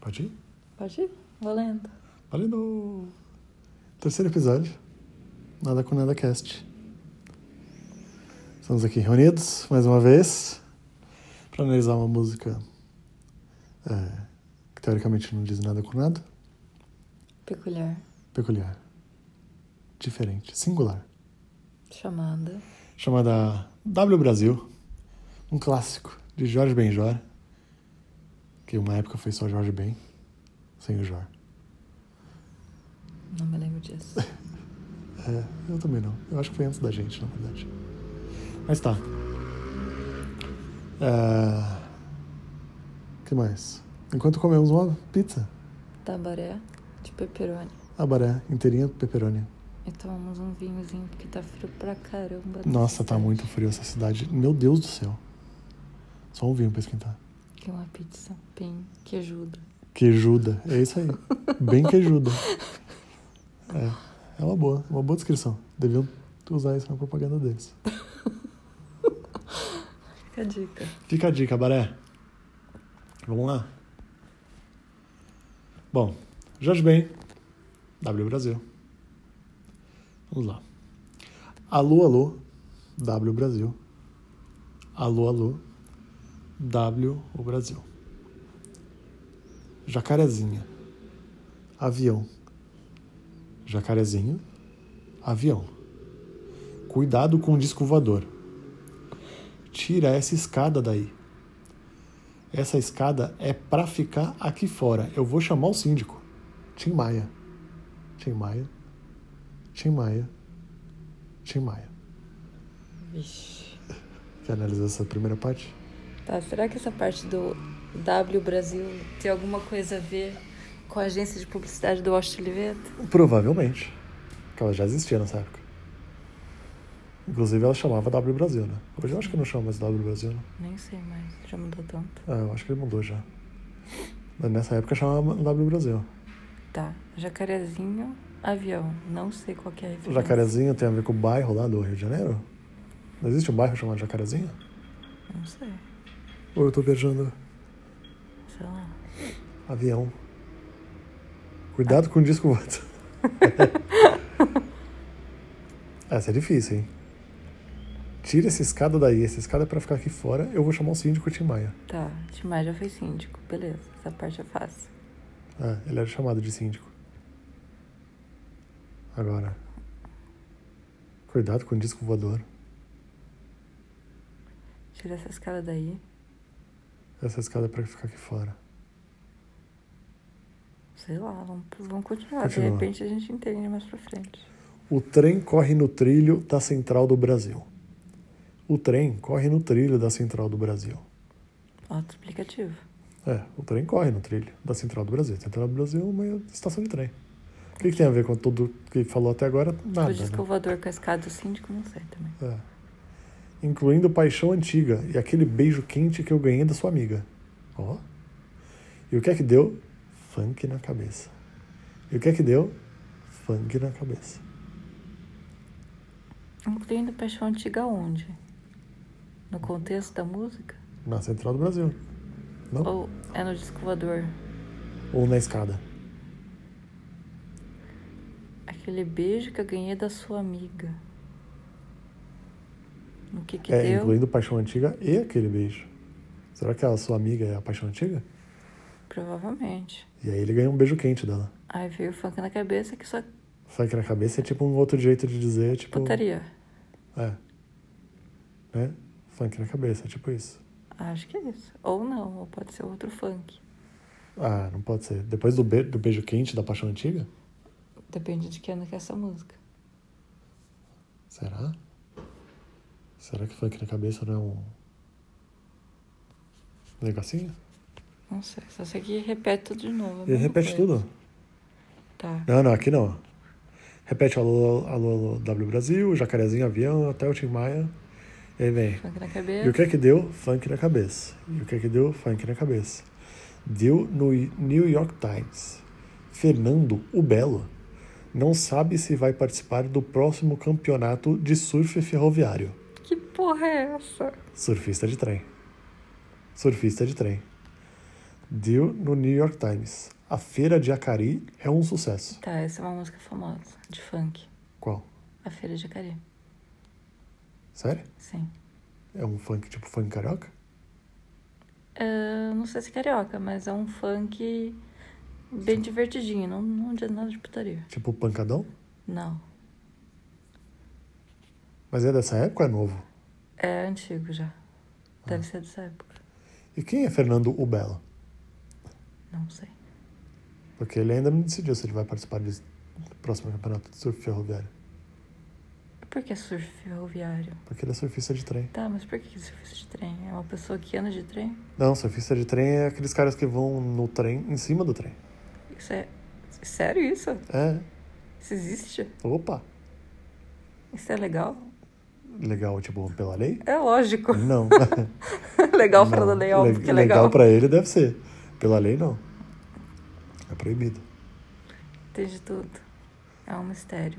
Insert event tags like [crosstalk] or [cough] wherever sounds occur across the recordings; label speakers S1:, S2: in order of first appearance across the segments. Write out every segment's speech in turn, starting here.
S1: Pode ir?
S2: Pode ir? Valendo.
S1: Valendo! Terceiro episódio. Nada com Nada Cast. Estamos aqui reunidos mais uma vez para analisar uma música é, que teoricamente não diz nada com nada.
S2: Peculiar.
S1: Peculiar. Diferente. Singular.
S2: Chamada.
S1: Chamada W Brasil. Um clássico de Jorge Benjor. Que uma época foi só Jorge Ben. Sem o Jor.
S2: Não me
S1: [laughs]
S2: lembro disso.
S1: É, eu também não. Eu acho que foi antes da gente, na verdade. Mas tá. É... que mais? Enquanto comemos uma pizza.
S2: Tabaré de pepperoni.
S1: Abaré, inteirinha pepperoni.
S2: E tomamos um vinhozinho porque tá frio pra caramba. nessa
S1: Nossa, tá
S2: cidade.
S1: muito frio essa cidade. Meu Deus do céu. Só um vinho pra esquentar.
S2: Que uma pizza, pim, que ajuda.
S1: Queijuda. É isso aí. Bem queijuda. É, é uma boa. Uma boa descrição. Deviam usar isso na propaganda deles.
S2: Fica a dica.
S1: Fica a dica, Baré. Vamos lá? Bom, Jorge Ben, W Brasil. Vamos lá. Alô, alô, W Brasil. Alô, alô, W o Brasil. Jacarezinha. Avião. Jacarezinho. Avião. Cuidado com o disco voador tira essa escada daí. Essa escada é pra ficar aqui fora. Eu vou chamar o síndico. Tim Maia. Tim Maia. Tim Maia. Tim Maia.
S2: Vixe.
S1: Quer analisar essa primeira parte?
S2: Tá, será que essa parte do W Brasil tem alguma coisa a ver com a agência de publicidade do Austin Oliveto?
S1: Provavelmente. Porque ela já existia nessa época. Inclusive ela chamava W Brasil, né? Hoje eu acho que não chama mais W Brasil, né?
S2: Nem sei mais, já mudou tanto.
S1: Ah, eu acho que ele mudou já. Mas nessa época chamava W Brasil.
S2: Tá, jacarezinho, avião. Não sei qual que é a
S1: O
S2: referência.
S1: Jacarezinho tem a ver com o bairro lá do Rio de Janeiro? Não existe um bairro chamado Jacarezinho?
S2: Não sei,
S1: Ou eu tô viajando?
S2: sei lá.
S1: Avião. Cuidado com o disco voador. [laughs] Essa é difícil, hein? Tira essa escada daí. Essa escada é pra ficar aqui fora. Eu vou chamar o síndico Tim Maia.
S2: Tá, Timar já foi síndico, beleza. Essa parte é fácil.
S1: É, ele era chamado de síndico. Agora. Cuidado com o disco voador.
S2: Tira essa escala daí.
S1: Essa escada é pra ficar aqui fora.
S2: Sei lá, vamos, vamos continuar.
S1: Continua.
S2: De repente a gente entende mais pra frente.
S1: O trem corre no trilho da central do Brasil. O trem corre no trilho da central do Brasil.
S2: Outro aplicativo.
S1: É, o trem corre no trilho da Central do Brasil. Central do Brasil é uma estação de trem. O que, que tem a ver com tudo que falou até agora? Nada.
S2: o disco
S1: Né?
S2: voador com a escada do síndico, não sei também.
S1: É. Incluindo Paixão Antiga e aquele beijo quente que eu ganhei da sua amiga. Ó. E o que é que deu? Funk na cabeça. E o que é que deu? Funk na cabeça.
S2: Incluindo paixão antiga onde? No contexto da música?
S1: Na Central do Brasil. Não?
S2: Ou é no disco voador?
S1: Ou na escada.
S2: Aquele beijo que eu ganhei da sua amiga. O que que
S1: é,
S2: deu?
S1: incluindo Paixão Antiga e aquele beijo. Será que a sua amiga é a Paixão Antiga?
S2: Provavelmente.
S1: E aí ele ganhou um beijo quente dela.
S2: Aí veio o funk na cabeça que só
S1: Funk na cabeça é tipo um outro jeito de dizer, tipo.
S2: putaria.
S1: É. Né? Funk na cabeça, é tipo isso.
S2: Acho que é isso. Ou não, ou pode ser outro funk.
S1: Ah, não pode ser. Depois do, be do beijo quente da paixão antiga?
S2: Depende de que ano que é essa música.
S1: Será? Será que funk na cabeça não é um. Negocinho?
S2: Não sei, só sei que repete tudo de novo. é a
S1: Ele
S2: mesma
S1: repete
S2: coisa.
S1: tudo.
S2: Tá.
S1: Não, não, aqui não. Repete alô, alô, alô, W Brasil, jacarezinho, avião, até o Tim Maia. E aí vem.
S2: Funk na
S1: E
S2: cabeça.
S1: o que é que deu? Funk na cabeça. E o que é que deu? Funk na cabeça. Deu no I- New York Times. Fernando, o Belo, não sabe se vai participar do próximo campeonato de surf ferroviário.
S2: Que porra é essa?
S1: Surfista de trem. Surfista de trem. deu no New York Times. A Feira de Acari é um sucesso.
S2: Tá, essa é uma música famosa, de funk.
S1: Qual?
S2: A Feira de Acari.
S1: Sério?
S2: Sim.
S1: É um funk tipo funk carioca?
S2: É, não sei se é carioca, mas é um funk bem divertidinho. Não, não diz nada de putaria.
S1: Tipo pancadão?
S2: Não.
S1: Mas é dessa época ou é novo?
S2: É antigo já. Deve
S1: Ah.
S2: ser dessa época.
S1: E quem é Fernando o Belo?
S2: Não sei.
S1: Porque ele ainda não decidiu se ele vai participar desse- do próximo campeonato de surf ferroviário.
S2: Por que surf ferroviário?
S1: Porque ele é surfista de trem.
S2: Tá, mas por que que surfista de trem? É uma pessoa que anda de trem?
S1: Não, surfista de trem é aqueles caras que vão no trem, em cima do trem.
S2: Isso é. Sério isso?
S1: É,
S2: Isso existe?
S1: opa,
S2: Isso é legal?
S1: legal, tipo, pela
S2: [laughs]
S1: lei?
S2: É lógico.
S1: Não.
S2: legal
S1: Não,
S2: fora da lei, óbvio
S1: le-
S2: que é legal.
S1: pra ele deve ser. Pela lei, não. É proibido.
S2: Tem de tudo. É um mistério.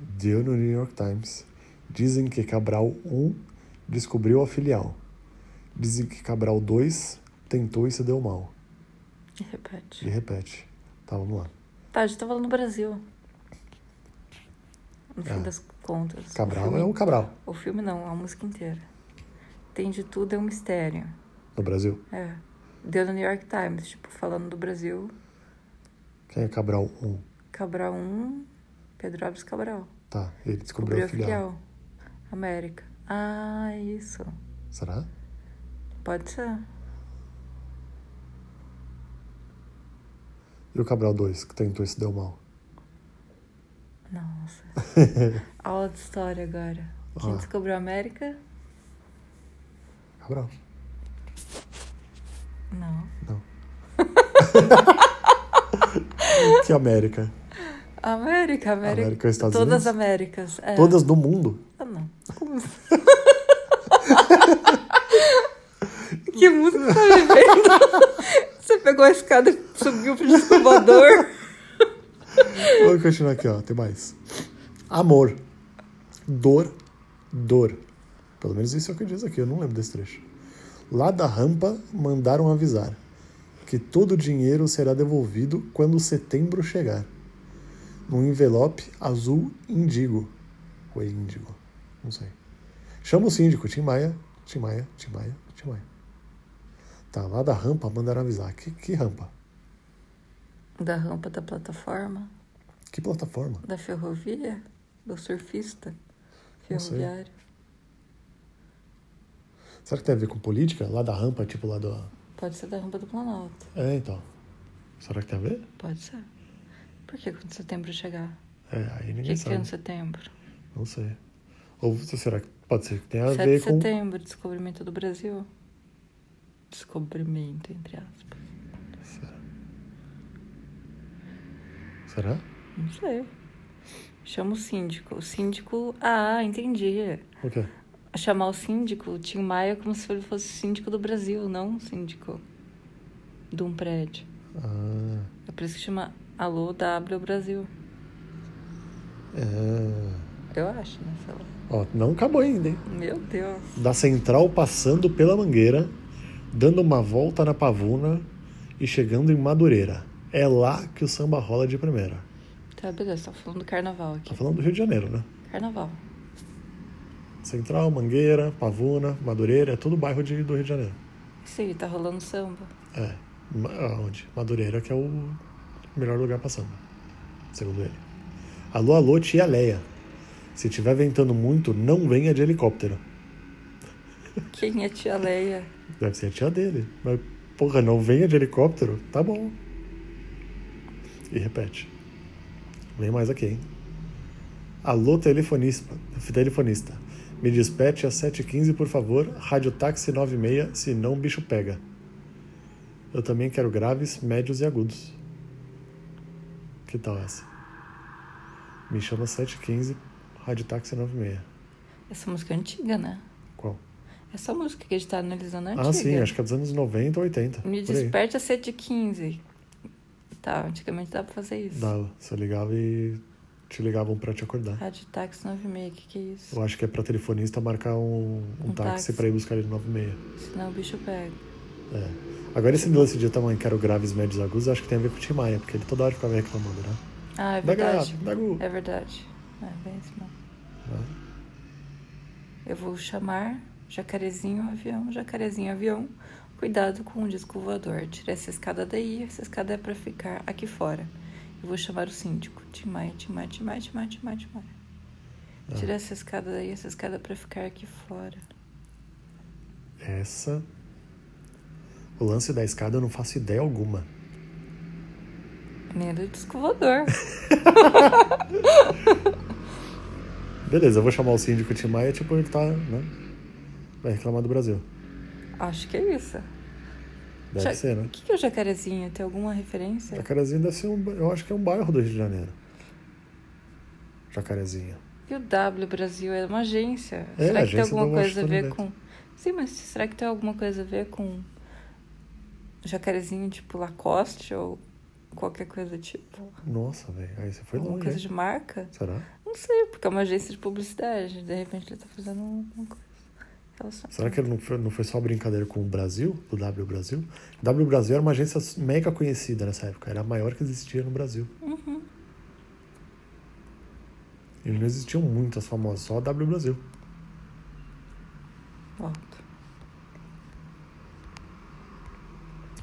S1: Deu no New York Times. Dizem que Cabral 1 descobriu a filial. Dizem que Cabral 2 tentou e se deu mal.
S2: E
S1: E
S2: repete.
S1: repete. Tá, vamos lá.
S2: Tá, a gente tá falando do Brasil. No fim
S1: É.
S2: das contas.
S1: Cabral
S2: filme-
S1: é o Cabral,
S2: O filme não, a música inteira. Tem de tudo, é um mistério.
S1: no Brasil.
S2: É. Deu no New York Times, tipo, falando do Brasil.
S1: Quem é Cabral 1?
S2: Cabral 1, Pedro Alves Cabral.
S1: Tá, ele descobriu,
S2: Cobriu
S1: a filial.
S2: América. Ah, isso.
S1: Será?
S2: Pode ser.
S1: E o Cabral 2, que tentou e se deu mal? [laughs]
S2: Nossa. Aula de história agora. Quem
S1: Ah.
S2: descobriu a América?
S1: [laughs] Cabral.
S2: Não.
S1: Que América.
S2: América, América.
S1: América é Estados
S2: Todas
S1: Unidos?
S2: as Américas. É.
S1: Todas do mundo.
S2: Ah, não. [laughs] que música você tá vivendo? Você pegou a escada e subiu pro descobridor.
S1: Vamos continuar aqui, ó. Tem mais. Amor. Dor. Dor. Pelo menos isso é o que diz aqui, eu não lembro desse trecho. Lá da rampa, mandaram avisar que todo o dinheiro será devolvido quando setembro chegar. Num envelope azul índigo. Ou é índigo? Não sei. Chama o síndico, Tim Maia. Tim Maia, Tim Maia, Tim Maia. Tá, lá da rampa mandaram avisar. Que, que rampa?
S2: Da rampa da plataforma,
S1: Que plataforma?
S2: da ferrovia, do surfista,
S1: Não sei.
S2: ferroviário.
S1: Será que tem a ver com política? Lá da rampa, tipo lá do...
S2: Pode ser da rampa do Planalto.
S1: É, então. Será que tem a ver?
S2: Pode ser. Por que quando setembro chegar?
S1: É, aí
S2: O
S1: ninguém
S2: que, que é
S1: sabe.
S2: no setembro?
S1: Não sei. Ou se- será que pode ser que tenha a
S2: 7
S1: ver
S2: de
S1: com.
S2: setembro, descobrimento do Brasil. Descobrimento, entre aspas.
S1: Será?
S2: Não sei. Chama o síndico. O síndico. Ah, entendi.
S1: O quê?
S2: Chamar o síndico, o Tim Maia, como se ele fosse síndico do Brasil, não um síndico de um prédio.
S1: Ah,
S2: É por isso que chama Alô W Brasil.
S1: é.
S2: Eu acho, né? Sei lá.
S1: Ó, não acabou ainda, hein?
S2: Meu Deus.
S1: Da central passando pela mangueira, dando uma volta na pavuna e chegando em Madureira. É lá que o samba rola de primeira.
S2: Tá, beleza, tá falando do carnaval
S1: Tá
S2: aqui.
S1: falando do Rio de Janeiro, né?
S2: Carnaval.
S1: Central, Mangueira, Pavuna, Madureira, é todo bairro de, do Rio de Janeiro.
S2: Sim, tá rolando samba.
S1: É. Ma- Aonde? Madureira, que é o melhor lugar pra samba, segundo ele. Alô, alô, tia Leia. Se tiver ventando muito, não venha de helicóptero.
S2: Quem é tia Leia?
S1: Deve ser a tia dele. Mas, porra, não venha de helicóptero? Tá bom. E repete. Vem mais aqui, hein? Alô, telefonista. telefonista. Me despete às 7h15, por favor. Rádio Táxi 96, senão o bicho pega. Eu também quero graves, médios e agudos. Que tal essa? Me chama às 7h15, Rádio Táxi 96.
S2: Essa música é antiga, né?
S1: Qual?
S2: Essa música que a gente tá analisando é antiga.
S1: Ah, sim, acho que é dos anos 90 ou 80.
S2: Me
S1: por aí.
S2: desperte às 7h15. Tá, antigamente dava pra fazer isso.
S1: Dava. Você ligava e te ligavam pra te acordar.
S2: Rádio Táxi 96, que que é isso?
S1: Eu acho que é pra telefonista marcar um, um
S2: Um
S1: táxi
S2: táxi.
S1: pra ir buscar ele no 96.
S2: Senão o bicho pega.
S1: É. Agora esse lance de eu tamanho quero graves, médios, agudos, eu acho que tem a ver com o Tim Maia, porque ele toda hora ficava reclamando, né?
S2: Ah, é
S1: Da grave,
S2: verdade.
S1: da agudo.
S2: É verdade. É bem isso mesmo.
S1: né?
S2: Eu vou chamar jacarezinho avião, jacarezinho avião. Cuidado com o disco voador. Tira essa escada daí, essa escada é pra ficar aqui fora. Eu vou chamar o síndico. Timai, Timai, Timai, Timai, Timai, Timai. Tira essa escada daí, essa escada é pra ficar aqui fora.
S1: Essa. O lance da escada eu não faço ideia alguma.
S2: Nem do disco
S1: [laughs]
S2: voador.
S1: Beleza, eu vou chamar o síndico Tim Maia, tipo, ele tá, né? Vai reclamar do Brasil.
S2: Acho que é isso.
S1: Deve
S2: Ja-
S1: ser,
S2: O
S1: né?
S2: que que é o jacarezinho? Tem alguma referência?
S1: Jacarezinho deve ser um. Eu acho que é um bairro do Rio de Janeiro. Jacarezinho.
S2: E o W Brasil é uma agência.
S1: É,
S2: será que
S1: agência
S2: tem alguma
S1: do
S2: coisa a
S1: Washington
S2: ver
S1: Neto.
S2: com. Sim, mas será que tem alguma coisa a ver com jacarezinho tipo Lacoste ou qualquer coisa do tipo?
S1: Nossa, velho. Aí você foi
S2: alguma
S1: longe.
S2: coisa
S1: hein?
S2: de marca?
S1: Será?
S2: Não sei, porque é uma agência de publicidade. De repente ele tá fazendo alguma coisa. relacionada.
S1: Será que ele não foi, não foi só brincadeira com o Brasil? Do W Brasil? W Brasil era uma agência mega conhecida nessa época. Era a maior que existia no Brasil.
S2: Uhum.
S1: E não existiam muitas famosas, só a W Brasil.
S2: Volto.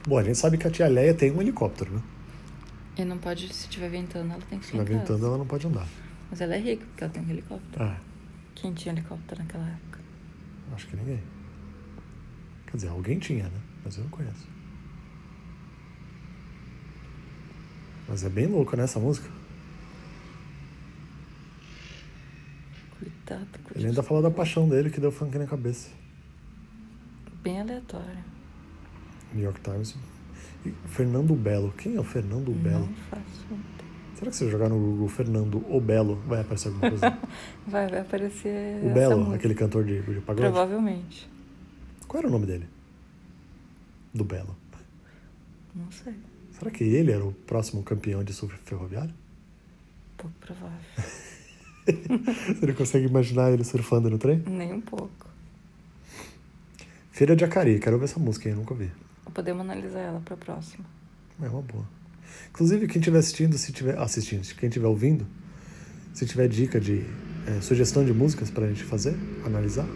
S1: Bom, a gente sabe que a tia Leia tem um helicóptero, né?
S2: E não pode, se tiver ventando, ela tem que
S1: Se
S2: ficar
S1: vai
S2: em casa.
S1: ventando, ela não pode andar.
S2: Mas ela é rica, porque ela tem um helicóptero.
S1: Ah,
S2: Quem tinha helicóptero naquela época?
S1: acho que ninguém. Quer dizer, alguém tinha, né? Mas eu não conheço. Mas é bem louco, né, essa música?
S2: Cuidado com
S1: Ele
S2: isso.
S1: ainda fala da paixão dele que deu funk na cabeça.
S2: Bem aleatório.
S1: New York Times. E Fernando Belo. Quem é o Fernando Belo?
S2: Não faço.
S1: Será que se eu jogar no Google Fernando O Belo vai aparecer alguma
S2: [laughs]
S1: coisa?
S2: Vai, vai aparecer.
S1: o
S2: essa
S1: Belo,
S2: música.
S1: aquele cantor de, de pagode.
S2: Provavelmente.
S1: Qual era o nome dele? Do Belo.
S2: Não sei.
S1: Será que ele era o próximo campeão de surf ferroviário? [laughs]
S2: Pouco provável. [laughs]
S1: Você não consegue imaginar ele surfando no trem?
S2: Nem um pouco.
S1: Feira de Acari, quero ver essa música aí, nunca vi.
S2: Podemos analisar ela pra próxima.
S1: É uma boa. Inclusive, quem estiver assistindo, se tiver assistindo, quem estiver ouvindo, se tiver dica de eh, sugestão de músicas pra gente fazer, analisar,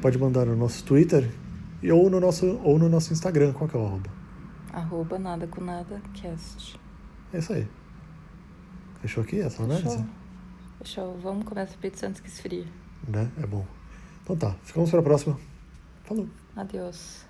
S1: pode mandar no nosso Twitter e, ou, no nosso, ou no nosso Instagram, qual que é o arroba?
S2: Arroba nada com nada cast.
S1: É isso aí. Fechou aqui essa análise?
S2: Fechou? Fechou. Vamos comer essa pizza antes que esfrie.
S1: Né? É bom. Então tá, ficamos pra próxima. Falou.
S2: Adeus.